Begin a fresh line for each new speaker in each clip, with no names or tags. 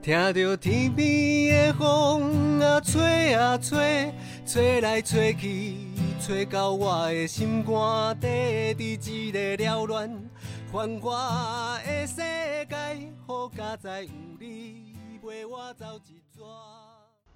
听着天边的风啊吹啊吹，吹来吹去，吹到我的心肝底，伫一个缭乱繁华的世界，好佳哉有你陪我走一逝。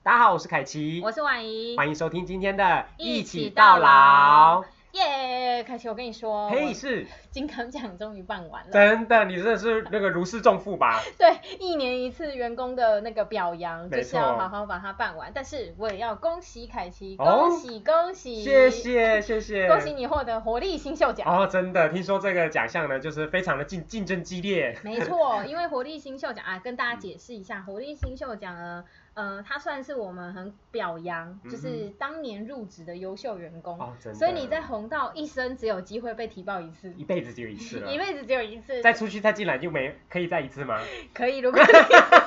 大家好，我是凯奇，
我是婉怡，
欢迎收听今天的
一起到老。耶！凯奇，我跟你说，
嘿，
我
是
金刚奖终于办完了。
真的，你真的是那个如释重负吧？
对，一年一次员工的那个表扬，
没
就是要
错
好好把它办完。但是我也要恭喜凯奇，
哦
恭喜、恭喜，
谢，谢谢谢，
恭喜你获得活力新秀奖。
哦，真的，听说这个奖项呢，就是非常的竞竞争激烈。
没错，因为活力新秀奖啊，跟大家解释一下，活力新秀奖呢，呃，它算是我们很表扬，
嗯哼
就是当年入职的优秀员工，
哦，真的。
所以你在红到一生只有机会被提报一次，
一辈子只有一次啊了
一，辈子只有一次，
再出去再进来就没可以再一 次吗？
可以，如果你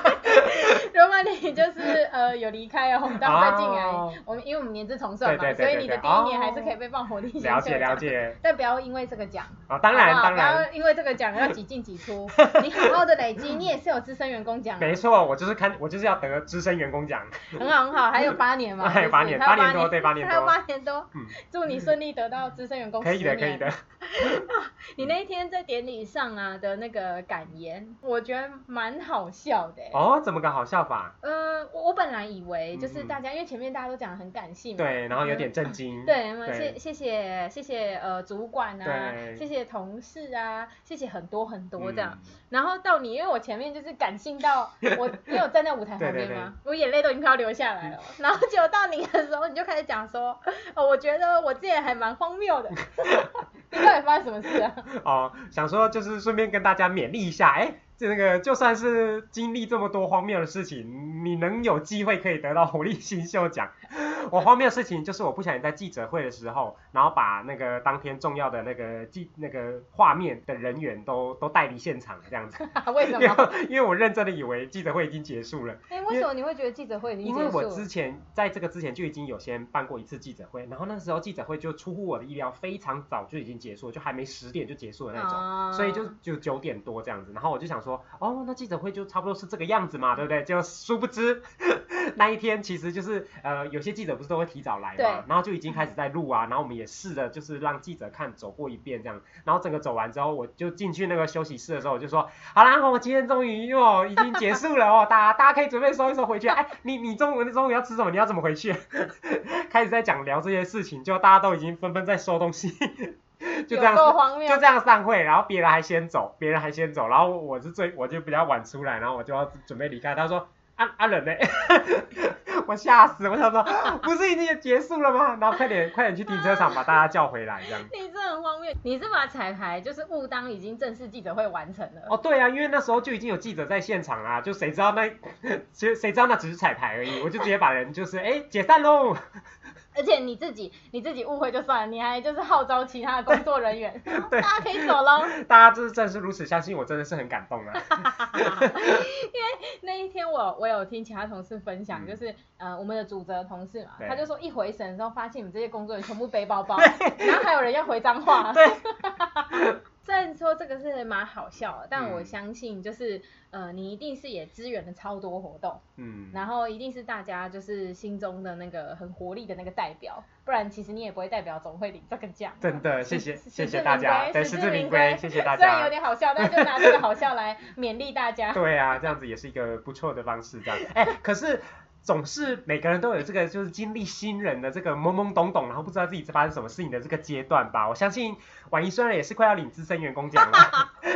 如果你就是呃有离开啊，红到再进来，
哦
我们因为我们年资重算嘛，
对对对对
所以你的
对哦
第一年还是可以被放活力新秀
了解
奖
了。解，
但不要因为这个奖，
哦，当然
好不
当
好
然
不。要因为这个奖要几进 几出，你好好的累积，你也是有资深员工奖啊，
没错，我就是看，我就是要得资深员工奖。
很好很好，还有八年嘛，
还有八年，
是不是
年多，对，八年
还有
多，
八年多，
嗯，
祝你顺利得到资深员工
可以的，
10
可以
年
的。
你那一天在典礼上啊的那个感言，我觉得蛮好笑的欸、
哦，怎么个好笑法？
嗯，我我本来以为就是
嗯嗯
大家，因为前面大家都讲得很感性嘛，嗯
对，然后有点震惊。
对，那么
对
谢谢谢谢谢呃主管啊，
对
谢谢同事啊，谢谢很多很多这样。
嗯
然后到你，因为我前面就是感 性到我，因为我站在舞台旁
对对
边嘛，我眼泪都已经快要流下 来了。然后结果到你的时候，你就开始讲说，哦，我觉得我之前还蛮荒 谬的，你到底发生什么事啊？
哦，想说就是顺便跟大家勉励一下，哎，这个就算是经历这么多荒谬的事情，你能有机会可以得到活力新秀奖。我荒谬的事情就是我不小心在记者会的时候，然后把那个当天重要的那个记那个画面的人员都都带离现场这样 子，
啊为
因
什
为
么？
因为我认真的以为记者会已经结束了。
哎、为什么你会觉得记者会已经
因
结束
为
了？
我之前在这个之前就已经有先办过一次记者会，然后那时候记者会就出乎我的意料，非常早就已经结束了，就还没十点就结束的那种，
啊
所以就就九点多这样子。然后我就想说，哦，那记者会就差不多是这个样子嘛，对不对？就殊不知 那一天其实就是呃，有些记者不是都会提早来
对
嘛，然后就已经开始在录啊，然后我们也试着就是让记者看走过一遍这样，然后整个走完之后，我就进去那个休息室的时候，我就说，好啦，我今天终于哦已经结束了哦， 大家大家可以准备收一收回去。哎，你你中午中午要吃什么？你要怎么回去？ 开始在讲聊这些事情，就大家都已经纷纷在收东西， 就这样
有够荒谬
就这样散会，然后别人还先走，别人还先走，然后我是最我就比较晚出来，然后我就要准备离开。他说啊啊人呢？ 我吓死，我想说 不是已经结束了吗？然后快点快点去停车场把大家叫回来这样。
你这很荒谬，你是把彩排就是误当已经正式记者会完成了。
哦，对啊，因为那时候就已经有记者在现场啊啦，就谁知道那， 谁谁知道那只是彩排而已，我就直接把人就是哎解散喽，
而且你自己你自己误会就算了，你还就是号召其他的工作人员，
对
大家可以走喽。
大家就是正是如此，相信我真的是很感动啊。
那一天我我有听其他同事分享，
嗯
就是呃我们的主责同事嘛，
对
他就说一回神的时候发现你们这些工作人员全部背包包，然后还有人要回脏话。
对。
虽然说这个是蛮好笑的，但
嗯
我相信就是、呃，你一定是也支援了超多活动，
嗯，
然后一定是大家就是心中的那个很活力的那个代表，不然其实你也不会代表总会领这个奖。
真的谢谢
实
谢
至
谢
名
大家，
归
对，
实
实
至
至
名
名
归
归，谢谢大
虽然有
家。
点好笑，但就拿这个好笑来勉励大家。
对啊，这样子也是一个不错的方式，这样。哎，可是。总是每个人都有这个，就是经历新人的这个懵懵懂懂，然后不知道自己发生什么事情的这个阶段吧。我相信婉仪虽然也是快要领资深员工奖了，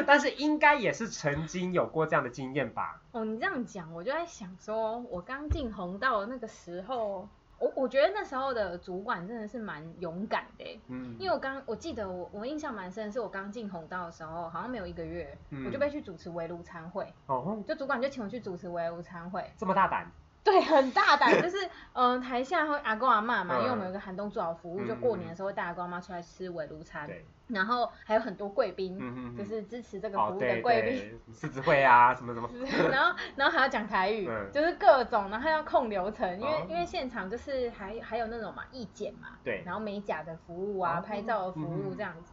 但是应该也是曾经有过这样的经验吧。
哦，你这样讲，我就在想说，我刚进红道那个时候，我我觉得那时候的主管真的是蛮勇敢的欸，
嗯，
因为我刚我记得我我印象蛮深，是我刚进红道的时候，好像没有一个月，
嗯
我就被去主持围炉餐会，
哦
就主管就请我去主持围炉餐会，
这么大胆，
对，很大胆，就是嗯、呃台下会阿公阿妈嘛，
嗯
因为我们有一个寒冬做好服务，就过年的时候会带阿公阿妈出来吃围炉餐，
对，
然后还有很多贵宾，
嗯哼哼
就是支持这个
哦
服务的
对
啊贵宾。
对，狮子会啊，什么什么，
然后，然后还要讲台语，
嗯
就是各种，然后要控流程，因为、
哦
因为现场就是还还有那种嘛意见嘛，
对
然后美甲的服务啊，
哦
拍照的服
嗯
务
哼
这样子。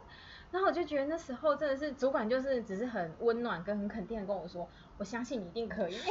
然后我就觉得那时候 真的是主管就是只是很温暖跟很肯定的跟我说，我相信你一定可以。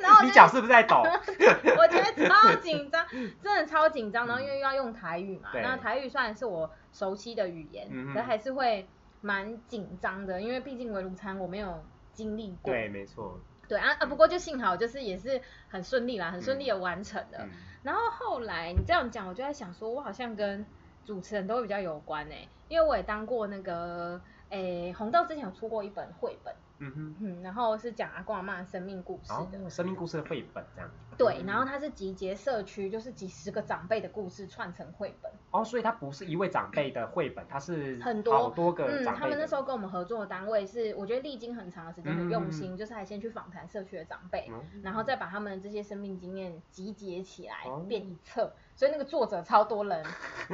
然后我
你
就
脚是不是在 抖？
我觉 得超紧张，真的超紧张。然后因为要用台语嘛，
嗯对
那台语虽然是我熟悉的语言，
嗯哼
可还是会蛮紧张的，因为毕竟围炉餐我没有经历过。
对，没错。
对啊啊！不过就幸好就是也是很顺利啦，很顺利的完成了。
嗯，
然后后来你这样讲，我就在想说，我好像跟主持人都会比较有关哎、因为我也当过那个诶、红豆之前有出过一本绘本，
嗯哼。
嗯，然后是讲阿公阿妈生命故事
然
的，
后生命故事的绘本这样。
对，然后它是集结社区，就是几十个长辈的故事串成绘本。
哦，所以它不是一位长辈的绘本，它是
很多
好多个
嗯，
长
他
辈
们那
的。
时候跟我们合作的单位是，我觉得历经很长的时间很用心，就是还先去访谈社区的长辈，
嗯
然后再把他们这些生命经验集结起来
哦
变一册，所以那个作者超多 人，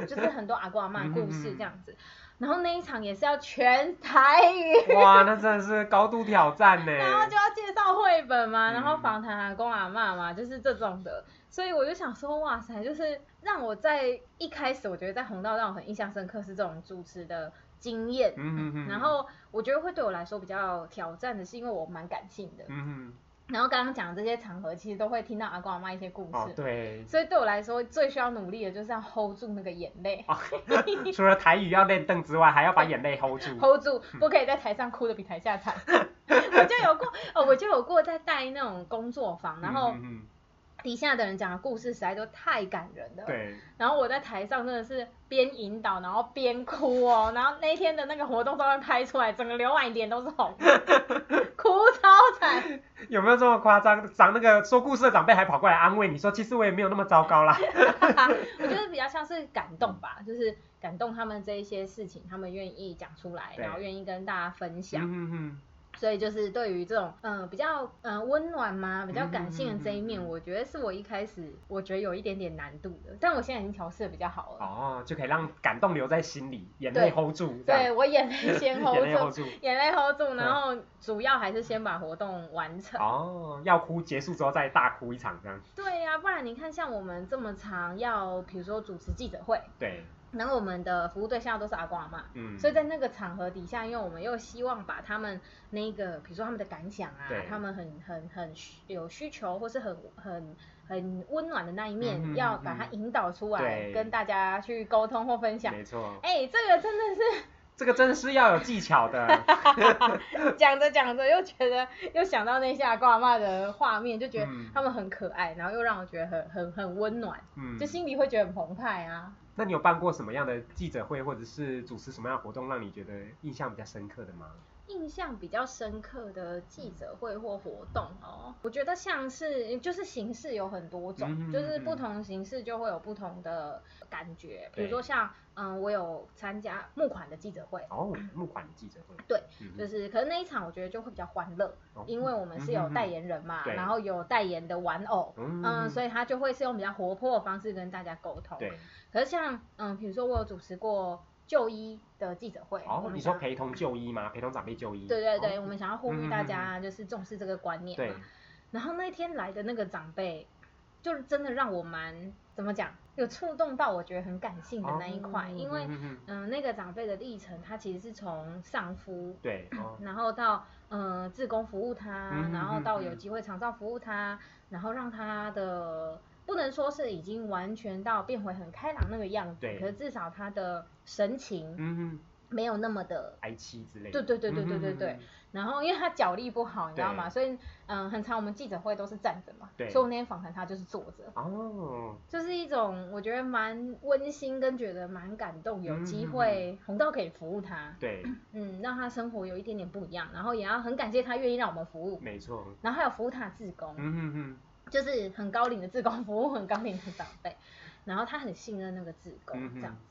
就是很多阿公阿妈故
嗯
事这样子。然后那一场也是要全台语，
哇，那真的是高度挑战呢。
然后就要介绍绘本嘛，
嗯
然后访谈阿公阿妈嘛，就是这种的。所以我就想说，哇塞，就是让我在一开始，我觉得在红道让我很印象深刻是这种主持的经验。
嗯嗯嗯。
然后我觉得会对我来说比较挑战的是，因为我蛮感性的。
嗯
然后刚刚讲的这些场合，其实都会听到阿公阿妈一些故
哼，
事。
哦对，
所以对我来说，最需要努力的就是要 hold 住那个眼泪、
哦 除了台语要练凳之外，还要把眼泪 hold 住。
h o l d 住，
嗯
不可以在台上哭的比台下惨。 我就有过，哦，我就有过在带那种工作坊，然后
嗯嗯
底下的人讲的故事实在都太感人了。
嗯。对，
然后我在台上真的是边引导，然后边 哭哦。然后那一天的那个活动照片拍出来，整个刘婉脸都是红的， 哭超惨。
有没有这么夸张？长那个说故事的长辈还跑过来安慰你说，其实我也没有那么糟糕 啦。
我觉得比较像是感动吧，就是感动他们这一些事情，他们愿意讲出来，
对
然后愿意跟大家分享。
嗯嗯
所以就是对于这种嗯、呃比较嗯、呃温暖嘛，比较感性的这一面，
嗯嗯嗯嗯
我觉得是我一开始我觉得有一点点难度的，但我现在已经调试的比较好
嗯。
了。
哦，就可以让感动留在心里，眼泪
对
hold 住。这样
对我眼泪 先 hold
眼泪 hold
住，
住。
眼泪 hold
嗯
住，然后主要还是先把活动完成。
哦，要哭结束之后再大哭一场这样。
对呀、不然你看，像我们这么长，要比如说主持记者会，
对，
然后我们的服务对象都是阿公阿妈，
嗯。
所以在那个场合底下，因为我们又希望把他们那个，比如说他们的感想啊
对，
他们很很很需有需求，或是很很很温暖的那一面，
嗯嗯
要把它引导出来，
对
跟大家去沟通或分享。
没错，
哎、这个真的是
这个真的是要有技巧的。
讲着讲着又觉得 又想到那些阿公阿嬷的画面，就觉得
嗯
他们很可爱，然后又让我觉得很很很温暖，
嗯，
就心里会觉得很澎湃啊。
那你有办过什么样的记者会，或者是主持什么样的活动，让你觉得印象比较深刻的吗？
印象比较深刻的记者会或活动哦，我觉得像是就是形式有很多种，
嗯嗯嗯
就是不同形式就会有不同的感觉。比
对
如说像嗯，我有参加募款的记者会，
哦，募款记者会。
对
嗯哼，
就是可是那一场我觉得就会比较欢乐，
哦
因为我们是有代，言人嘛，
嗯对
然后有代言的玩偶。
嗯
嗯，所
以
以他就会是用比较活泼的方式跟大家沟通。
对，
可是像嗯，比如说我有主持过就医的记者会，我
哦，
们
你说
想
陪同就医吗？陪同长辈就医。
对对对，
哦
我们想要呼吁大家就是重视这个观念嘛。
对，
然后那天来的那个长辈，就是真的让我蛮怎么讲，有触动到我觉得很感性的那一块，
哦
因为
嗯嗯嗯
嗯、呃那个长辈的历程，他其实是从丧夫，
对，哦
然后到嗯、呃、志工服务他，
嗯嗯
然后到有
嗯
机会厂商服务他，然后让他的。不能说是已经完全到变回很开朗那个样子
对，
可是至少他的神情
嗯嗯，
没有那么的
哀戚之类
对
的。
对对对
嗯
对对。对
嗯嗯嗯
然后因为他脚力不好，你知道
对
吗？所以嗯，很常我们记者会都是站着嘛，
对
所以我那天访谈他就是坐着，
哦，
就是一种我觉得蛮温馨跟觉得蛮感动，有
嗯
机会红道可以服务他，
对，
嗯，让他生活有一点点不一样，然后也要很感谢他愿意让我们服务。
没错。
然后还有服务他的志工，
嗯嗯嗯
就是很高龄的志工 服务很高龄的长辈，然后他很信任那个志工、
嗯哼
这样子，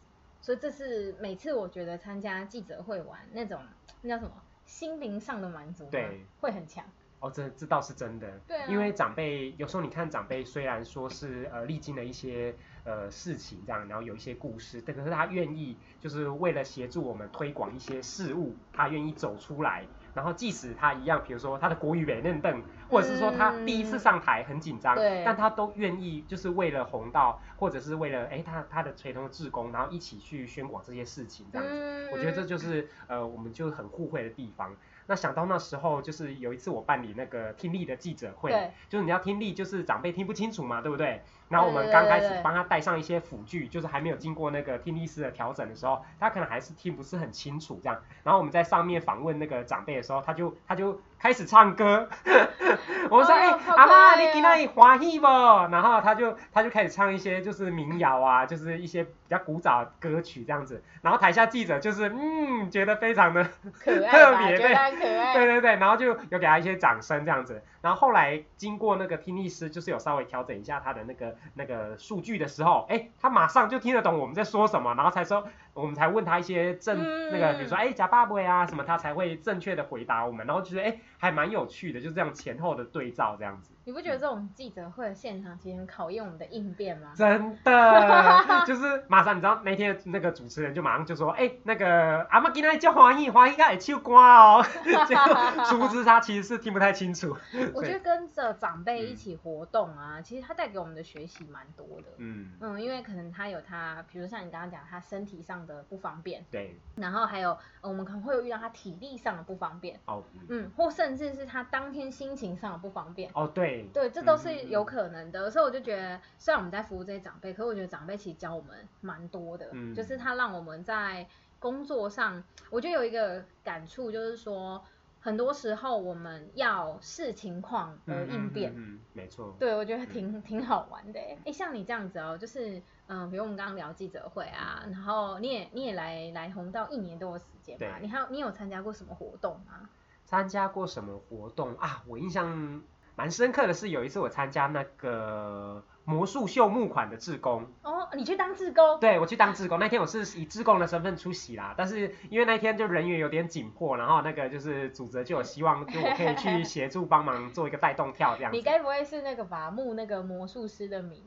所以这是每次我觉得参加记者会玩那种那叫什么心灵上的满足，
对，
会很强，
哦，这这倒是真的，
对啊
因为长辈有时候你看长辈虽然说是呃历经了一些呃事情这样，然后有一些故事，但可是他愿意就是为了协助我们推广一些事物，他愿意走出来，然后即使他一样，比如说他的国语没认凳，或者是说他第一次上台很紧张，
嗯对
但他都愿意就是为了红道，或者是为了哎他他的垂头志工，然后一起去宣广这些事情这样子。
嗯
我觉得这就是呃，我们就很互惠的地方。那想到那时候，就是有一次我办理那个听力的记者会，
对
就是你要听力，就是长辈听不清楚嘛，对不对？然后我们
对
刚开
对
始
对
帮他带上一些辅具，就是还没有经过那个听力师的调整的时候，他可能还是听不是很清楚这样。然后我们在上面访问那个长辈的时候，他就他就开始唱歌， 我们说：“
哎
哎、
呦好
阿妈，
可爱
你
哦
今天欢喜不？”然后他就他就开始唱一些就是民谣啊，就是一些比较古早的歌曲这样子。然后台下记者就是嗯，觉得非常的
可爱
特
吧，
别
觉
对
得很可
对
爱。
对对，然后就有给他一些掌声这样子。然后后来经过那个听力师，就是有稍微调整一下他的那个那个数据的时候，哎，他马上就听得懂我们在说什么，然后才说我们才问他一些正、
嗯
那个，比如说哎假爸爸呀什么，他才会正确的回答我们。然后觉得哎还蛮有趣的，就这样前后的对照这样子。
你不觉得这种记者会的现场其实很考验我们的应变吗？
真 的，就是马上你知道那天那个主持人就马上就说，哎、那个阿妈今天叫华裔，华裔该唱歌 哦。结果殊不知他其实是听不太清楚。
我觉
对
得跟着长辈一起活动啊，其实他带给我们的学习蛮多的。
嗯，
嗯，因为可能他有他，比如像你刚刚讲，他身体上的不方便，
对，
然后还有、呃我们可能会有遇到他体力上的不方便，
哦，嗯，
嗯，或甚至是他当天心情上的不方便，
哦，对，
对，这都是
嗯
有可能的。所以我就觉得，虽然我们在服务这些长辈，可是我觉得长辈其实教我们蛮多的，
嗯
就是他让我们在工作上，我觉得有一个感触，就是说，很多时候我们要视情况而
嗯
应变。
嗯嗯嗯没错，
对，我觉得挺 挺好玩的诶。哎，像你这样子哦，就是嗯、呃比如我们刚刚聊记者会啊，然后你也你也来来红到一年多的时间嘛，
对
你还有你有参加过什么活动吗？
参加过什么活动啊？我印象蛮深刻的是有一次我参加那个魔术秀募款的志工，
哦，你去当志 工，
对我去当志工，那天我是以志工的身份出席啦，但是因为那天就人员有点紧迫，然后那个就是组织就有希望，就我可以去协助帮忙做一个带动跳这样
你
子，
该不会是那个吧？慕那个魔术师的名？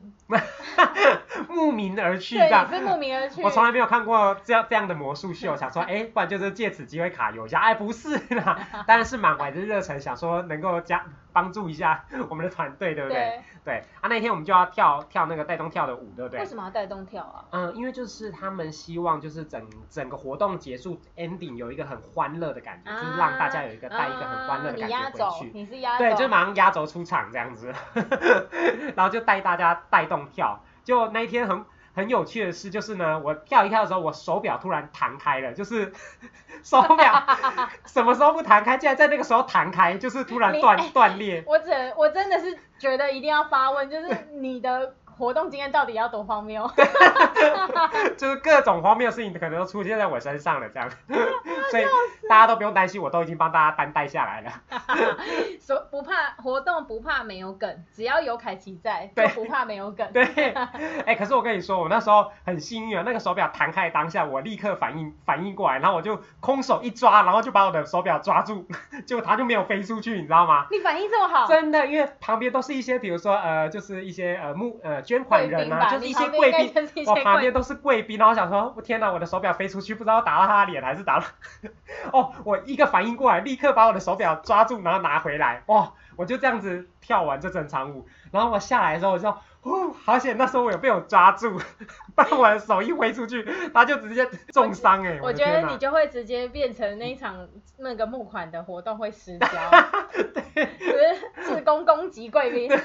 慕名而去这
对，
样
你。是慕名而 去。
我从来没有看过这样这样的魔术秀，想说，哎、不然就是借此机会卡油一下，哎，不是啦，当然是满怀着热忱，想说能够加帮助一下我们的团队，对不对？
对，
对，啊，那天我们就要跳跳那个带动跳的舞，对不对
为？什么要带动跳啊？
嗯，因为就是他们希望就是整整个活动结束 ending 有一个很欢乐的感觉，就是让大家有一个带一个很欢乐的感
啊
觉回去。
你压轴，你是压轴，
对，就是马上压轴出场这样子， 然后就带大家带动跳。就那一天很很有趣的事就是呢，我跳一跳的时候，我手表突然弹开了，就是 手表 什么时候不弹开，竟然在那个时候弹开，就是突然
你哎
断断裂。
我只能我真的是觉得一定要发问，就是你的活动经验到底要多荒谬？
就是各种荒谬的事情可能都出现在我身上了，这样， 所以大家都不用担心，我都已经帮大家担待下来了。
所不怕活动不怕没有梗，只要有凯奇在，就
对
不怕没有梗。
对，哎、可是我跟你说，我那时候很幸运啊，那个手表弹开当下，我立刻反应反应过来，然后我就空手一抓，然后就把我的手表抓住， 结果它就没有飞出去，你知道吗？
你反应这么好，
真的，因为旁边都是一些，比如说呃，就是一些呃募呃捐款
贵
人
宾
啊，
吧，
就是一
你
些
旁
贵
边
宾
应，该就是一些
我旁
贵
边
宾。
都是贵宾，然后我想说，我天哪，我的手表飞出去，不知道打到他的脸还是打到， 哦，我一个反应过来，立刻把我的手表抓住，然后拿回来，哇、我就这样子跳完这整场舞，然后我下来的时候，我就，哦，好险，那时候我有被我抓住， 不然我的手一挥出去，他就直接重伤哎、
我
的
觉
天
得
哪
你就会直接变成那一场那个募款的活动会 失焦，只是自攻攻击贵宾。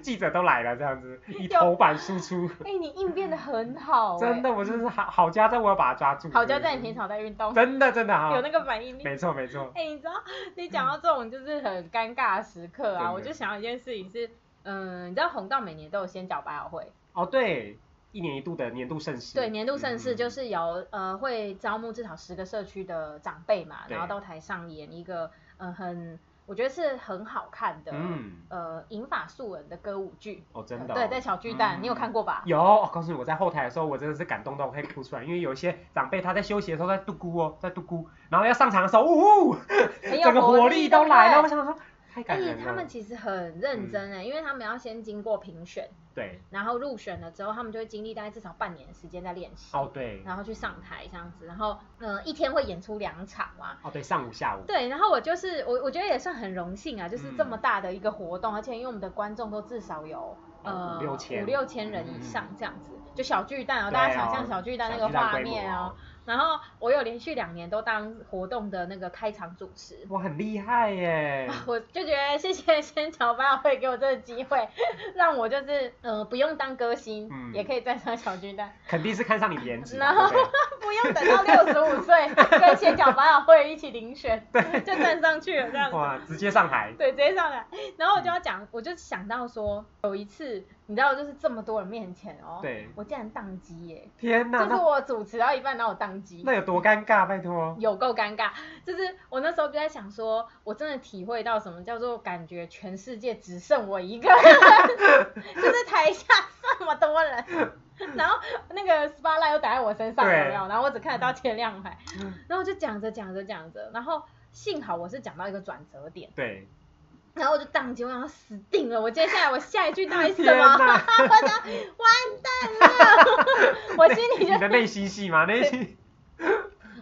记者都来了，这样 子以
有
头版输 出，
哎、你应变的很好、哎
真的，我真是好好家在我要把他抓住，
好家
真的
在
是
你平常在运动，
真的真的哈、
有那个反应力。
没错没错，
哎、你知道你讲到这种就是很尴尬的时刻
真
啊，
的
我就想到一件事情是，嗯，你知道红道每年都有先缴百老汇，
哦对，一年一度的年度盛事，
对，年度盛事
嗯
就。是由、呃会招募至少十个社区的长辈嘛，
对
然后到台上演一个嗯、呃很我觉得是很好看的、
嗯，
呃银发素人的歌舞剧，
哦，真的、
对，在小巨蛋、
嗯
你有看过吧？
有，我告诉你，我在后台的时候，我真的是感动到我快哭出来，因为有一些长辈他在休息的时候在嘟咕哦，在嘟咕，然后要上场的时候，呜呼，
很有
整个活
哎力
力都来了。
对
我
不对
想说，太
哎、
感人了。嗯
他们其实很认真哎、因为他们要先经过评选，
对，
然后入选了之后，他们就会经历大概至少半年的时间在练习，
哦对，
然后去上台这样子，然后嗯、呃一天会演出两场嘛。
哦对，上午下午，
对，然后我就是我，我觉得也算很荣幸啊，就是这么
嗯
大的一个活动，而且因为我们的观众都至少有呃
五六千嗯
五六千人以上这样子，就小巨蛋哦，大家想象小巨蛋那个
啊小巨蛋
画
规模
面哦，，然后我有连续两年都当活动的那个开场主持。
我很厉害 耶！
我就觉得谢谢仙桥班友会给我这个机会，让我就是呃不用当歌星，
嗯
也可以站上小巨蛋，
肯定是看上你的颜值嘛，
然后
对不对
不用等到六十五岁跟仙桥班友会一起遴选，就站上去了这样子。
哇，直接上台，
对，直接上来，
嗯
然后我就要讲，我就想到说，有一次，你知道，就是这么多人面前哦，
对
我竟然宕机耶，
天
就
哪，
是
那
我主持到一半，然后我宕机，
那有多尴尬？拜 托，
有够尴尬，就是我那时候就在想说，我真的体会到什么叫做感觉全世界只剩我一个人， 就是台下这么多人，然后那个 spotlight 又打在我身上，有
对
没有？然后我只看得到前两排
嗯，
然后就讲着讲着讲着，然后幸好我是讲到一个转折点，
对，
然后我就宕机，我想死定了，我接下来我下一句到底是什
天
么？ 我想
哪，
完蛋了， 我心里就
你的内 心戏嘛，内心，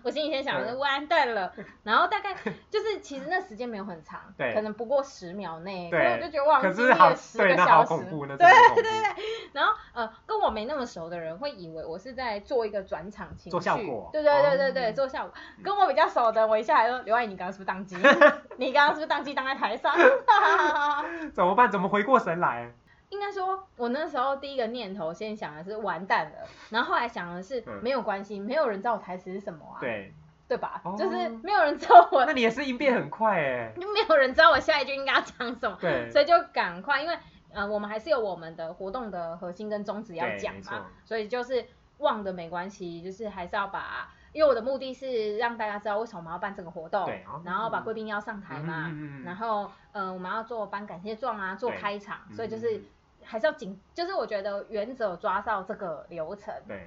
我心里先想是
嗯
完蛋了，然后大概就是其实那时间没有很长，
对
可能不过十秒内，所
对
以我就觉得哇，
可
经历
是好
了，十
对，
个
那好
小
恐
时。
怖，那真
对
的很恐
对
怖
对，然后呃，跟我没那么熟的人会以为我是在做一个转场情绪，
做效果
对对对对对，
哦
做效果。跟我比较熟的，我一下来说刘爱，你刚刚是不是宕机？ 你刚刚是不是宕机当在台上？
怎么办？怎么回过神来？
应该说，我那时候第一个念头先想的是完蛋了，然后后来想的是、
嗯
没有关系，没有人知道我台词是什么啊，
对，
对吧？
哦
就是没有人知道我
那你也是应变很快哎，
就没有人知道我下一句应该要讲什么，
对，
所以就赶快，因为呃，我们还是有我们的活动的核心跟宗旨要
对
讲
没错
嘛，所以就是忘的没关系，就是还是要把，因为我的目的是让大家知道为什么我们要办这个活动，
对哦
然后把贵宾要上台嘛，
嗯嗯嗯嗯
然后呃，我们要做颁感谢状啊，做
对
开场，
嗯
所以就是。还是要紧，就是我觉得原则有抓到这个流程。
对，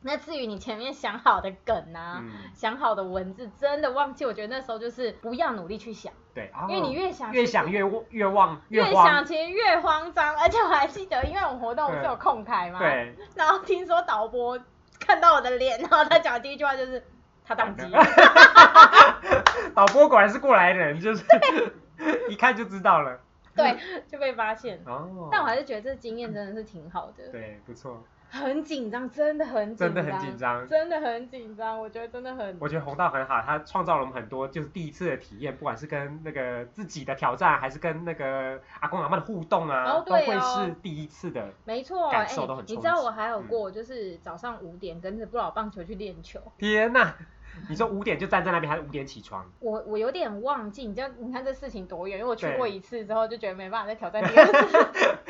那至于你前面想好的梗啊，
嗯，
想好的文字，真的忘记。我觉得那时候就是不要努力去想。
对，
因为你
哦
越想
越
其实
想越忘越忘
越
慌
想，其实越慌张，而且我还记得，因为我们活动不是有空台嘛，，
对，
然后听说导播看到我的脸，然后他讲的第一句话就是他宕机了，
导播果然是过来人，就是 一看就知道了。
对，就被发现。
哦，
但我还是觉得这经验真的是挺好的，
对，不错，
很紧张，真的很
真
紧张，
的很紧，张。
真的很紧张，我觉得真的很
我觉得红道很好，它创造了我们很多就是第一次的体验，不管是跟那个自己的挑战，还是跟那个阿公阿妈的互动啊，
哦
都
对
会
哦
是第一次的。
没错，哎、
感受都很嗯
你
冲
知道
击
我还有过，就是早上五点跟着不老棒球去练球，
天呐、你说五点就站在那边，还是五点起床？
我我有点忘记，你知道你看这事情多远？因为我去
对
过一次之后就觉得没办法再挑战第二次。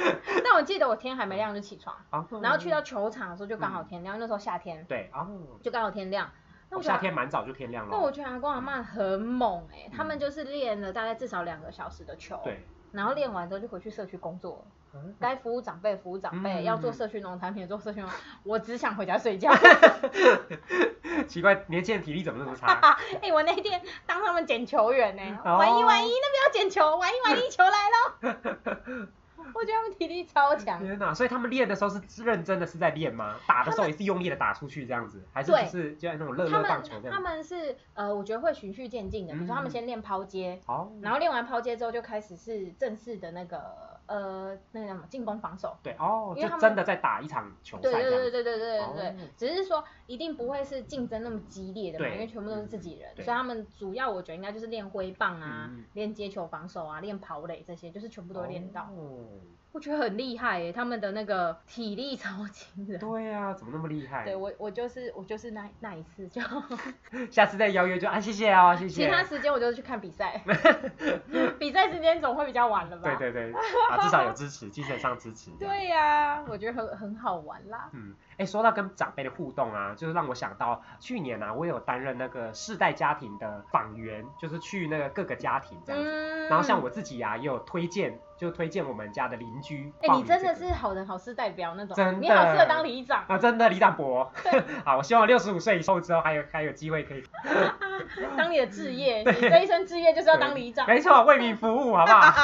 但我记得我天还没亮就起床，
啊，
哦然后去到球场的时候就刚好天亮，那时候夏天
对啊，
就刚好天亮。
嗯
那
哦
我
夏
觉得，
天蛮早就天亮
那我
了。
觉得阿公阿妈很猛哎、
嗯
他们就是练了大概至少两个小时的球，
对，
然后练完之后就回去社区工作了。
嗯
该服务长辈服务长辈，
嗯
要做社区农产品做社区农，我只想回家睡觉。
奇怪，年轻人体力怎么那么
哈
差？
哈，哎、我那天当他们捡球员呢、
哦
玩一玩一，那边要捡球，玩一玩一，球来了。我觉得他们体力超强，
天呐、所以他们练的时候是认真的是在练吗？打的时候也是用力的打出去这样子，还是就
对
是就像那种乐
他
乐
们
棒球这
他
样子？
们是呃，我觉得会循序渐进的，比如说他们先练抛接，
好，
然后练完抛接之后就开始是正式的那个呃那个叫什么进攻防守。
对哦，
因为他
就
们
真的在打一场球
对
赛这
对
样
对
子。
对对对对对，
哦
只是说一定不会是竞争那么激烈的嘛，
对
因为全部都是自己人，
对
所以他们主要我觉得应该就是练挥棒啊，
嗯嗯
练接球防守啊，练跑垒这些，就是全部都练到。
哦
我觉得很厉害耶，他们的那个体力超惊人。
对呀、怎么那么厉害？
对我，我就是我就是那那一次就，
下次再邀约就啊，谢谢哦，谢
其
谢。
他时间我就是去看比 赛，比赛时间总会比较晚了吧？
对对对，啊，至少有支持，精神上支持。这样
对呀、我觉得很很好玩啦。
嗯，哎，说到跟长辈的互动啊，就是让我想到去年啊，我有担任那个世代家庭的访员，就是去那个各个家庭这样子。
嗯
然后像我，自己啊，也有推荐，就推荐我们家的邻居
哎、
报
你
名这
真
个。
的是好人好事代表那种，
真的
你好适合当里长，
啊，真的李长 博，好，我希望六十五岁以后之后还有还有机会可以
当你的志业，你这一生志业就是要当里长。
哎 没错，为民服务，好不好？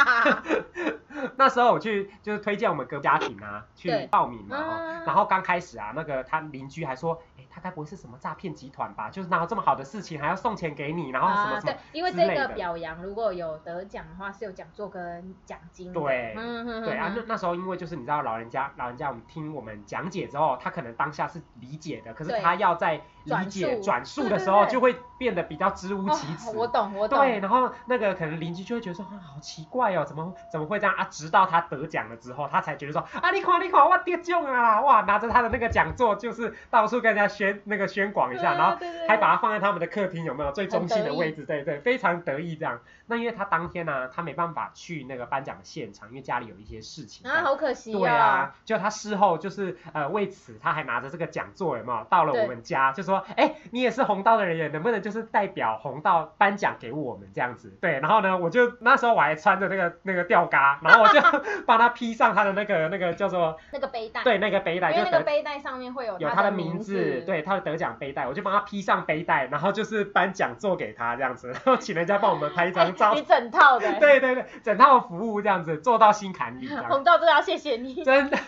那时候我去就是推荐我们隔壁家庭啊去
对
报名嘛、哦
啊，
然后刚开始啊，那个他邻居还说，哎、他该不会是什么诈骗集团吧？就是哪有这么好的事情还要送钱给你， 然后什么
啊，
什么
对，因为
之
这
类
个
的
表扬如果有得奖的话，是有讲座跟奖金的。
对
嗯嗯
对啊，那
嗯
那时候因为就是你知道老人家，老人家我们听我们讲解之后，他可能当下是理解的，可是
对
他要在理解转
转
述
述
的时候，
对对对
就会变得比较支吾
哦
其词。
我懂，我懂。
对，然后那个可能邻居就会觉得说啊，好奇怪哦，怎么怎么会这样啊？直到他得奖了之后，他才觉得说啊，你看你看，我得奖了啦！啊哇，拿着他的那个讲座，就是到处跟人家宣那个宣广一下，
对
然后
对对
还把它放在他们的客厅，有没有最中心的位置？对对，非常得意这样。那因为他当天呢、啊他没办法去那个颁奖的现场，因为家里有一些事情这
啊，
样。
好可惜
对啊，就他事后就是呃，为此他还拿着这个讲座有没有到了我们家，就说，哎、你也是红道的人员，能不能就是代表红道颁奖给我们这样子？对，然后呢，我就那时候我还穿着那个那个吊嘎，然后我就 帮他披上他的那个那个叫做
哦那个背带，
对那个背带，
因
就
为那
得
个背带上面会有
有他
他
的
名
名字，，对他的得奖背带，我就帮他披上背带，然后就是颁奖座给他这样子，然后请人家帮我们拍一张照
你，整套的。，
对对对，整套服务这样子做到心坎里这样，
红道真的要谢谢 你，
真的。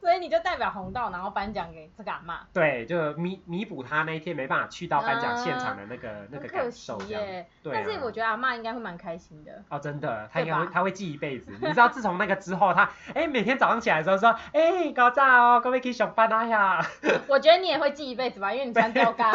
所以你就代表红道，然后颁奖给这个阿妈。
对，就弥弥补他那一天没办法去到颁奖现场的那个、那
啊很
个
可
感
惜
受，这样。
耶，
对
但是
啊
我觉得阿妈应该会蛮开心的。
哦，真的，他应该
对
会
吧
他会记一辈子。你知道，自从那个之后，他哎、每天早上起来的时候说，哎、高炸哦，各位可以上班啊呀，
我觉得你也会记一辈子吧，因为你穿吊嘎，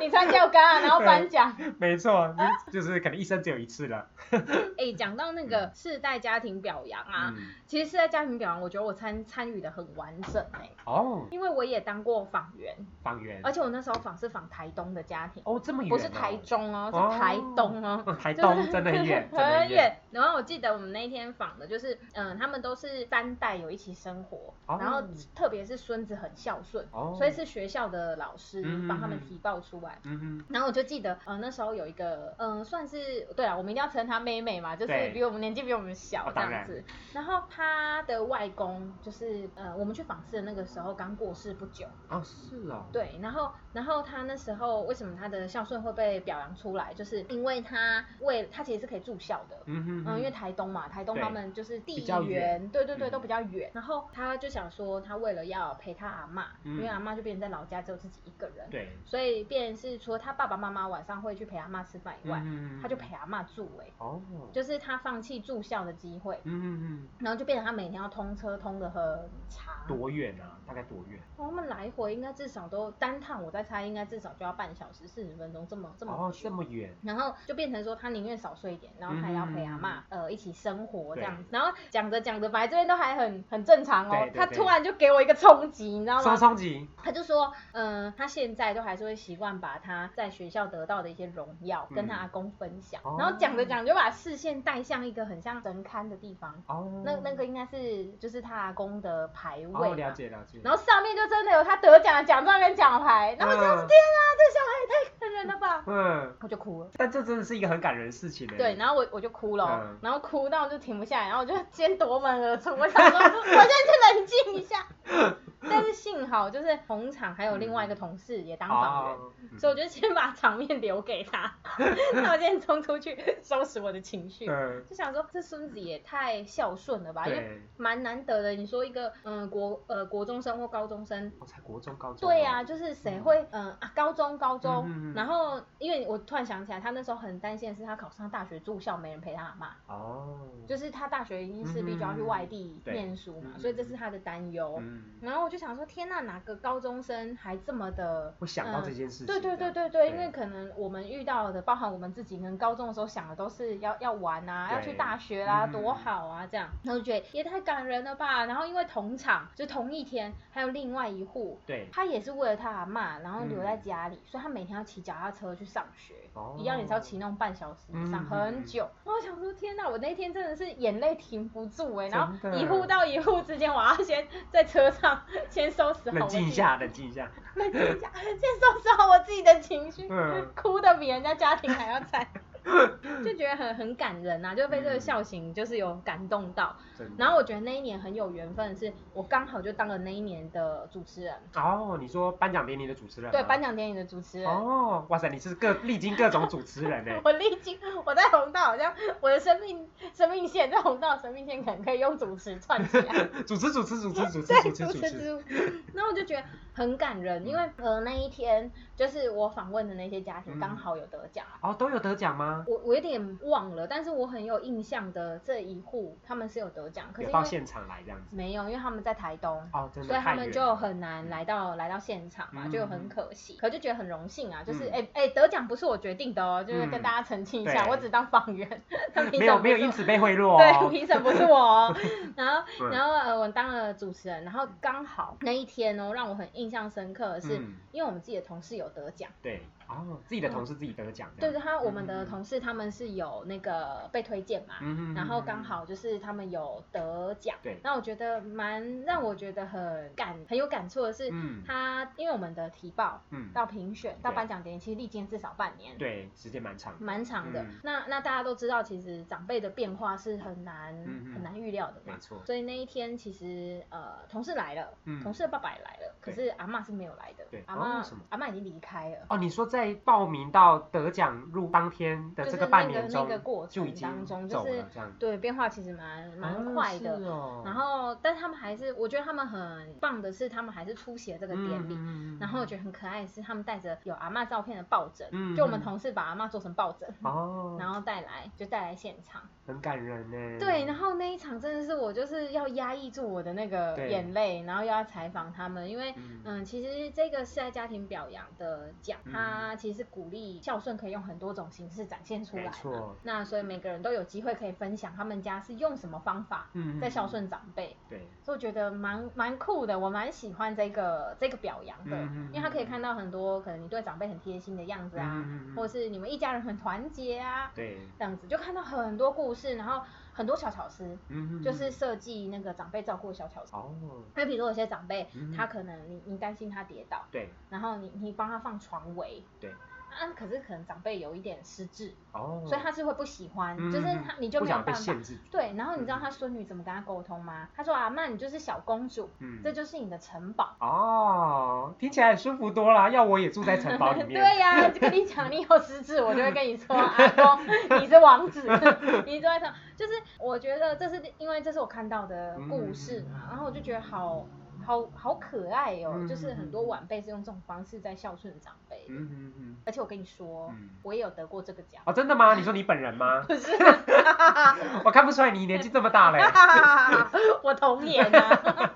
你穿吊嘎，啊然后颁奖。
没错，
啊
就就是可能一生只有一次了。
哎，讲到那个世代家庭表扬啊，
嗯，
其实世代家庭表扬，我觉得我参参与的很完整哎、
哦，
因为我也当过访员，
方圆
而，且我那时候访是访台东的家庭，
哦，这么远、哦，
不是台中哦，
哦
是台 东哦。
哦，台
就是
东真的很 远，真的
很。远。然后我记得我们那一天访的就是，嗯，他们都是三代有一起生活，
哦
然后特别是孙子很孝顺，
哦，
所以是学校的老师
嗯
帮他们提报出来。
嗯
然后我就记得，呃，那时候有一个，嗯、算是对啊，我们一定要称她妹妹嘛，就是
对
比我们年纪比我们小
哦
这
当
样子。然后她的外公就是，呃，我们去访视的那个时候刚过世不久，
哼，哦是哦，
对，然后然后他那时候为什么他的孝顺会被表扬出来，就是因为他为他其实是可以住校的。
嗯哼
嗯，因为
哼
台东嘛，台东
对
他们就是
比
地
较
缘，对对对，
嗯
都比较远。然后他就想说，他为了要陪他阿妈，因为
嗯
阿妈就变成在老家只有自己一个人，
对，
所以变成是除了他爸爸妈妈晚上会去陪阿妈吃饭以外，
嗯
他就陪阿妈住、欸，
哦，
就是他放弃住校的机会，
嗯嗯
然后就变成他每天要通车通的很长
嗯，，多远啊？大概多远？
哦他们来回应该至少都单趟，我在猜应该至少就要半小时四十分钟，这么这么
哦，
久
这么远，
然后就变成说他宁愿少睡一点，然后他还要陪阿妈、
嗯
呃一起生活这样子。然后讲着讲着，本来这边都还很很正常哦，
对对
他
对
突然就给我一个冲击，你知道
什么
吗？
冲击？
他就说，嗯、他现在都还是会习惯把他在学校得到的一些荣耀跟他
嗯
阿公分享，
哦
然后讲着讲着就把视线带向一个很像神龛的地方，
哦，
那那个应该是就是他阿公的牌位嘛、
哦，了解了解。
然后上面就真的有他得奖的奖状跟奖牌，然后我就、
嗯
天啊，这小孩也太感人了吧！
嗯，
我就哭了，
但这真的是一个很感人的事情欸呢。
对，，然后我我就哭了哦，
嗯
然后哭到就停不下来，然后我就先夺门而出，我想说我先去冷静一 下。但是幸好就是红场还有另外一个同事也当
好，
访员。
嗯
所以我就先把场面留给他，那我先冲出去收拾我的情绪，
嗯，
就想说这孙子也太孝顺了吧，因为
对，
蛮难得的。你说一个嗯国呃国中生或高中生
我哦才国中高中。
对呀、，就是谁会嗯、啊，高中高中，
哦嗯嗯嗯
然后因为我突然想起来，他那时候很担心的是他考上大学住校没人陪他阿妈，
哦，
就是他大学已经势必就要去外地
对
念书嘛，
嗯嗯
所以这是他的担忧。
嗯，
然后我就想说，天呐，哪个高中生还这么的？
会想到这件事情。
嗯对对对
这样
对对，因为可能我们遇到的，包含我们自己，可能高中的时候想的都是要要玩啊，
对
要去大学啦、啊，
嗯
多好啊这样，然后就觉得也太感人了吧。然后因为同场就同一天，还有另外一户，
对，
他也是为了他阿妈，然后留在家里，所以他每天要骑脚踏车去上学，
嗯哦
一样也是要骑那种半小时以上，
嗯
很久。然后我想说，天哪，我那天真的是眼泪停不住哎、然
真
后
的
一户到一户之间，我要先在车上先收拾好
冷
我自
静一
己，
下，冷静一下。
冷静一下，先收拾好我自己的情绪，
嗯
哭的比人家家庭还要惨。就觉得很很感人啊，就被
嗯
这个孝行就是有感动到。
真的。
然后我觉得那一年很有缘分，是我刚好就当了那一年的主持人，
哦，你说颁奖典礼的主持人吗？
对颁奖典礼的主持人。。
啊哦，哇塞，你是各历经各种主持人欸呢
我历经 我在红道，好像我的生命生命线在红道生命线可能可以用主持串起来。
主持主持主持主持
对，
主持
主
主
持
持，
主持，然后我就觉得很感人，因为呃那一天就是我访问的那些家
嗯
庭刚好有得奖，啊
哦，都有得奖吗？
我我有点忘了，但是我很有印象的这一户他们是有得奖，可是
有
因
到
为
现场来这样子。
没有，因为他们在台东。
哦，真
所以
的
他
太
们
远
就
了。
很难来到来到现场嘛，
嗯
就很可惜，可就觉得很荣幸啊，就是
嗯
哎哎、得奖不是我决定的哦，就是
嗯
跟大家澄清一下，
对
我只当访 员，他们凭
没
什
有
么
没有
不是
因此被贿赂
对，
哦。
评审不是 我哦。然后，
嗯
然后呃，我当了主持人，然后刚好那一天哦，让我很印象深刻的是，
嗯
因为我们自己的同事有得奖，
对，哦，自己的同事自己得奖。
对对，他我们
嗯嗯
的
嗯
同事他们是有那个被推荐嘛，
嗯
然后刚。好就是他们有得奖，
对
那我觉得蛮让我觉得很感很有感触的是，
嗯
他因为我们的提报
嗯，
到评选到
对
颁奖典礼，其实历经至少半年，
对，时间蛮长的。
蛮长的。
嗯
那那大家都知道，其实长辈的变化是很难、
嗯嗯
很难预料的
没
嘛。
错。
所以那一天其实呃，同事来了，
嗯
同事的爸爸也来了，可
对
是阿嬷是没有来的。
对
阿
哦
嬷、
为什么
阿嬷已经离开了。
哦，你说在报名到得奖入当天的
就
这
是
半
那个
年
那
中，
个过
就已
程当
经
中，就
走
是
了这样，
对变化其实蛮蛮快的。
哦是哦、
然后，但他们还是，我觉得他们很棒的是，他们还是出席了这个典礼。
嗯
然后我觉得很可爱的是，他们带着有阿嬷照片的抱枕，
嗯
就我们
嗯
同事把阿嬷做成抱枕，
哦，
然后带来就带来现场。
很感人呢。
对，然后那一场真的是我就是要压抑住我的那个
对
眼泪，然后又要采访他们，因为
嗯
嗯，其实这个是在家庭表扬的奖，
嗯
它其实鼓励孝顺可以用很多种形式展现出来
没
嘛
错。
那所以每个人都有机会可以分享他们家是用什么方法
嗯
在孝，顺长辈，
嗯对，
所以我觉得蛮蛮酷的，我蛮喜欢这个这个表扬的，
嗯嗯嗯
因为他可以看到很多可能你对长辈很贴心的样子啊，
嗯嗯嗯嗯
或者是你们一家人很团结啊，
对，
这样子就看到很多故事，然后很多小巧思，
嗯，
就是设计那个长辈照顾的小巧思。
哦，
那比如说有些长辈，
嗯
他可能你你担心他跌倒，
对
然后你你帮他放床围，
对，
啊，可是可能长辈有一点失智，
哦，
所以他是会不喜欢，
嗯
就是
嗯
他
嗯
你就
不
没有
想被嗯
办法。
限制住，
对，然后你知道他孙女怎么跟他沟通吗？他说：“阿妈，你就是小公主，
嗯
这就是你的城堡。
哦，听起来舒服多了，要我也住在城堡里面。
对呀、就跟你讲，你有失智，我就会跟你说，阿公，你是王 子，你坐在上，就是我觉得这是因为这是我看到的
嗯
故事嘛，然后我就觉得好好好可爱哦，
嗯
就是很多晚辈是用这种方式在孝顺长辈的，
嗯嗯嗯。
而且我跟你说，
嗯
我也有得过这个奖，
哦，真的吗？你说你本人吗？
哦不是，
我看不出来你年纪这么大 嘞。
我童年 啊，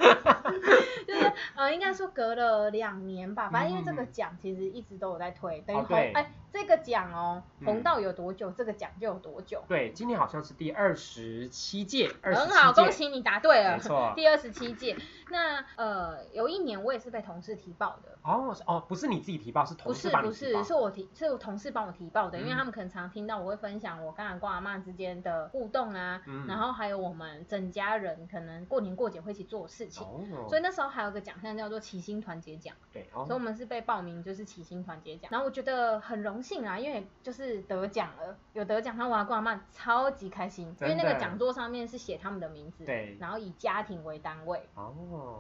就是呃，应该说隔了两年吧，反正因为这个奖其实一直都有在推，等于
嗯哦
红
对
哎、这个奖哦，
嗯
红到有多久，这个奖就有多久。
对，今年好像是第二十七届，二十
很好，恭
七届，
喜你答对了
没，错。
第二十七届。那呃，有一年我也是被同事提报的，
哦是哦，不是你自己提报，是同
不
事
是
帮你
不
提
是，
报。
是我提是我同事帮我提报的，因为
嗯
他们可能常听到我会分享我跟阿公阿妈之间的互动啊，
嗯
然后还有我们整家人可能过年过节会一起做的事情。
哦，
所以那时候还有个奖项叫做齐心团结奖，
对
所以我
哦，
们是被报名就是齐心团结奖，然后我觉得很荣幸啊，因为就是得奖了，有得奖，然后我阿公阿嬷超级开心，因为那
真的
个讲座上面是写他们的名字，
对
然后以家庭为单位。
哦，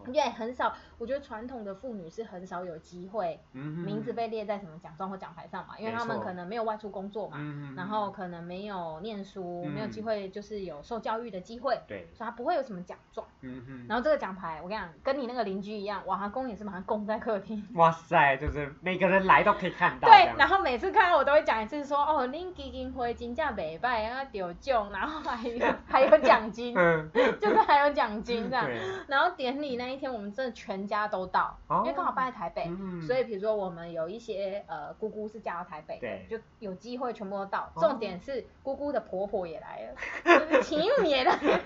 因为很少，我觉得传统的妇女是很少有机会
嗯，
名字被列在什么奖状或奖牌上嘛，因为
没
他们
错
可能没有外出工作嘛，
嗯，嗯
然后可能没有念书，没有机
嗯
会就是有受教育的机会，
对，
所以他不会有什么奖状。
嗯嗯，
然后这个奖牌，我跟你讲，跟你那个邻居一样，瓦哈公也是把它供在客厅。
哇塞，就是每个人来都可以看到。这
对
样，
然后每次看到我都会讲一次说，哦，恁基金会金价袂拜，然后有奖，然后还有 还有奖金，
嗯，
就是还有奖金这样。
对，
然后典礼那一天，我们真的全家都到，
哦
因为刚好办在台北，
嗯
所以比如说我们有一些呃姑姑是嫁到台北的，
对
就有机会全部都到。
哦
重点是姑姑的婆婆也来了，就是情侣也来了，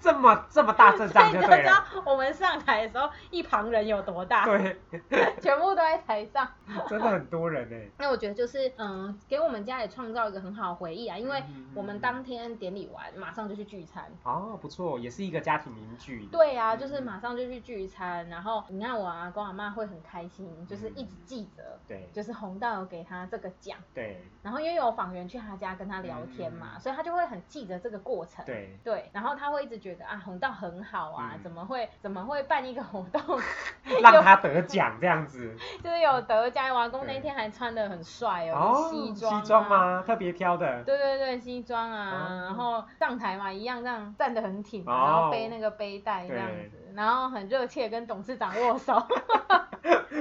这么这么大阵
所
仗
以
就
你就
对
知
了
道。我们上台的时候，一旁人有多大，
对，
全部都在台上。
真的很多人哎。
那我觉得就是，嗯，给我们家里创造一个很好的回忆啊，因为
嗯嗯嗯
我们当天典礼完，马上就去聚餐。
哦，不错，也是一个家庭凝聚。
对啊，就是
嗯
马上就去聚餐，然后你看我阿公阿妈会很开心，就是
嗯
一直记着，
对
就是红道有给他这个奖，
对
然后因为有访员去他家跟他聊天嘛，
嗯
所以他就会很记着这个过程。
对，
对，然后他会一直觉得啊，红道很好啊，
嗯
怎么会怎么会办一个活动，
让他得奖这样子。
就是有得奖。我阿公那
对
天还穿的很帅
哦，
西装、啊、
西装？吗？特别挑的。
对对对，西装啊，
哦
然后上台嘛，一样这样站得很挺，
哦
然后背那个背带这样子，然后很热切地跟董事长 握手，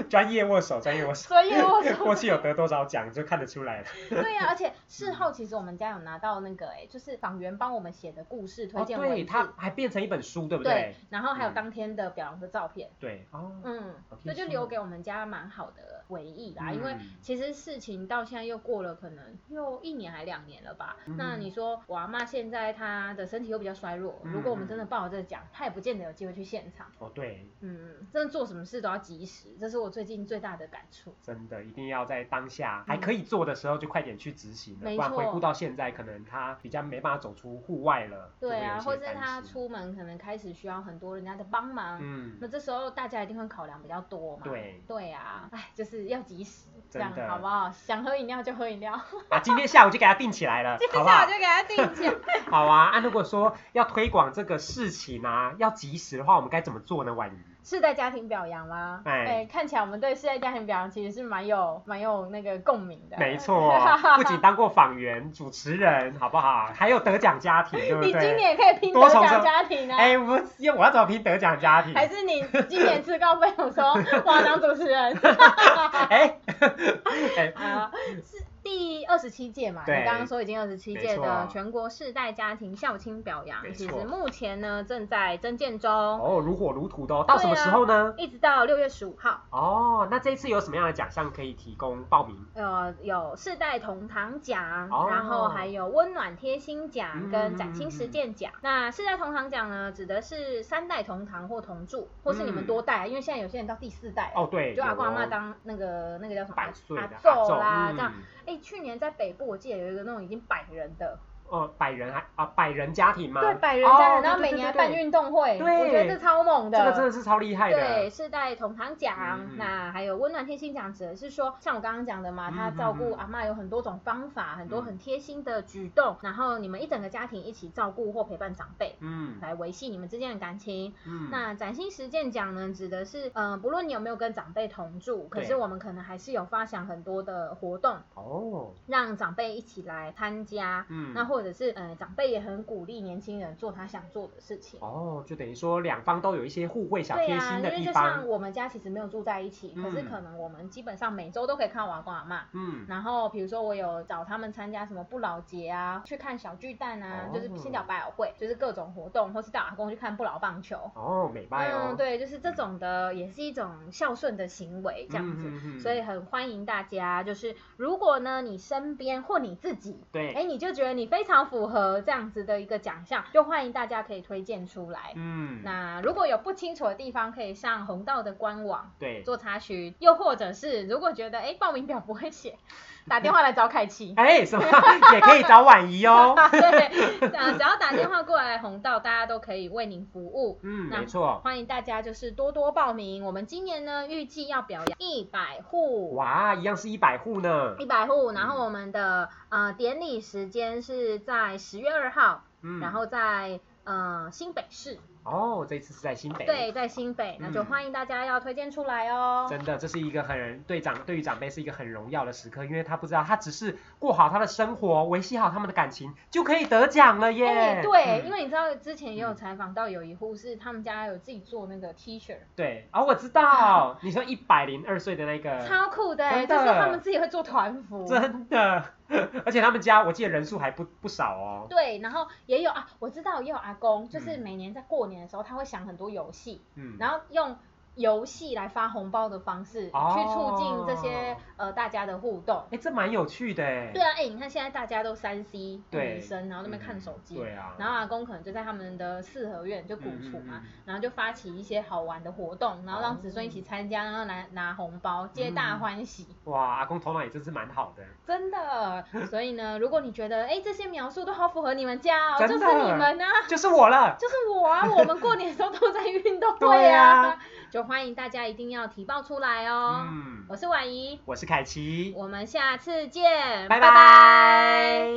专业握手，专业握 手。
所以握手。
过去有得多少奖就看得出来了。
对啊呀、而且事后其实我们家有拿到那个、哎，就是党员帮我们写的故事推
哦，
荐文
对，
字，
它还变成一本书，对不
对
对？，
然后还有
嗯
当天的表扬的照片。
对，哦，
嗯
好，贴
这就
心
留
哦
给我们家蛮好的回忆啦。因为
嗯
其实事情到现在又过了，可能又一年还两年了吧。
嗯
那你说我阿妈现在她的身体又比较衰弱，如果我们
嗯
真的报了这个奖，她也不见得有机会去现场。
哦，对，
嗯，真的做什么事都要及时，这是我最近最大的感触。
真的一定要在当下还可以做的时候就快点去执行了，
嗯没
不然回
错
顾到现在，可能他比较没办法走出户外了。
对啊，
就会
或
有一
是
些担
她
心，
出门可能开始需要很多人家的帮忙，那
嗯，
这时候大家一定会考量比较多嘛。
对
对啊，哎，就是要及时，这
真
样
的
好不好？想喝饮料就喝饮料。
啊，今天下午就给他定起来 了，好
接
不
下
好
我就？给他定起来。
好啊，啊，如果说要推广这个事情啊，要及时的话，我们该怎么做呢？婉瑜，
世代家庭表扬啦，
哎
对，看起来我们对世代家庭表扬其实是蛮有蛮有那个共鸣的。
没 错，不仅当过访员、主持人，好不好？还有得奖家庭，对不
你
对？
今年也可以拼
多
得
重
奖
生
家庭啊。
哎、我要我要怎么拼得奖家庭？
还是你今年自告奋 勇说 我要当主持人
哎 哎，
啊？是第二十七届嘛？你
对
刚刚说已经二十七届
没
的
错
全国世代家庭孝亲表扬
没，
其实
错
目前呢正在增建中，
哦，如火如荼的哦，到什
啊
么时候呢？
一直到六月十五号。
哦，那这一次有什么样的奖项可以提供报名？
呃，有世代同堂奖，
哦
然后还有温暖贴心奖
嗯
跟崭新实践奖。那世代同堂奖呢，指的是三代同堂或同住，或是你们
嗯
多代，因为现在有些人到第四代了，
哦，对，
就阿公阿妈
有哦
当那个那个叫什么
百岁的
阿
阿
昼啦、
嗯
这样。哎，去年在北部我记得有一个那种已经百人的，
哦，百人还啊，百人家庭吗？
对，百人家
哦
人，然后每年还办。运动会，
对
我觉得这超猛
对对对这个真的是超厉害的。
对，世代同堂奖，
嗯
那还有温暖贴心奖，指的是说，像我刚刚讲的嘛，
嗯
他照顾阿嬷有很多种方法，很多很贴心的举动，然后你们一整个家庭一起照顾或陪伴长辈。
嗯
来维系你们之间的感情。
嗯，
那崭新实践奖呢，指的是，嗯、不论你有没有跟长辈同住，可是
对
我们可能还是有发想很多的活动，
哦，
让长辈一起来参加。
嗯，
那或者是，呃，长辈也很鼓励年轻人做他想做的事情。
哦，就等于说两方都有一些互惠小
对
贴
呀，
心
因
的
为
地
就
方
像。我们家其实没有住在一起，可是
嗯
可能我们基本上每周都可以看到我阿公阿妈。
嗯，
然后比如说我有找他们参加什么不老节啊，去看小巨蛋啊，
哦
就是青岛百老汇，就是各种活动，或是带阿公去看不老棒球。
哦，美拜哦，
嗯，对，就是这种的，也是一种孝顺的行为，
嗯，
这样子。
嗯嗯
所以很欢迎大家，就是如果呢你身边或你自己，
对，
哎，你就觉得你非常符合这样子的一个奖项，就欢迎大家可以推荐出来。
嗯，
那如果有不清楚的地方，可以上红道的官网
对，
做查询，又或者是如果觉得哎报名表不会写， 打电话来找凯奇。
哎，什么 也可以找婉仪哦。
对，啊，只要打电话过来红道，大家都可以为您服务。
嗯，
那
没错。
欢迎大家就是多多报名。我们今年呢预计要表扬一百户，
哇，一样是一百户 呢
一。百
嗯
户。然后我们的呃典礼时间是在十月二号，
嗯，
然后在呃新北市，
哦，这一次是在新北。
对，，在新北，那就
嗯
欢迎大家要推荐出来哦。
真的，这是一个很对长对于长辈是一个很荣耀的时刻，因为他不知道他只是过好他的生活，维系好他们的感情，就可以得奖了
哎、
耶。
对，
嗯
因为你知道之前也有
嗯
采访到有一户是他们家有自己做那个 T 恤，
对，哦，我知道，你说一百零二岁的那个，
超酷的、欸，
嗯真
就
的
是他们自己会做团服。
真的， 而且他们家我记得人数还不不少哦。
对，然后也有啊，我知道也有阿公，就是
嗯
每年在过年的时候，他会想很多游戏，
嗯，
然后用游戏来发红包的方式，
哦
去促进这些呃大家的互动。
哎，这蛮有趣的哎。
对啊，哎、你看现在大家都三 C
对
女生，然后那边看手机，
对啊，
然后阿公可能就在他们的四合院就鼓处嘛，
嗯嗯嗯
然后就发起一些好玩的活动，然后让子孙
哦
一起参加，然后来拿红包，皆大
嗯
欢喜。
哇，阿公头脑也真是蛮好的。
真的，所以呢，如果你觉得哎这些描述都好符合你们家哦，就
真的
是你们啊，
就是我了，
就是我啊，我们过年的时候都在 运动会
对啊
啊， 就欢迎大家一定要提报出来哦。
嗯，
我是婉怡，
我是凯奇，
我们下次见，
拜
拜
拜。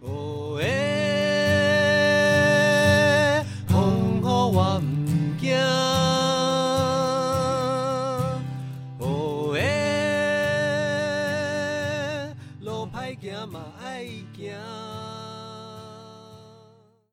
哦耶，风雨我毋惊。哦耶，路歹行嘛爱行。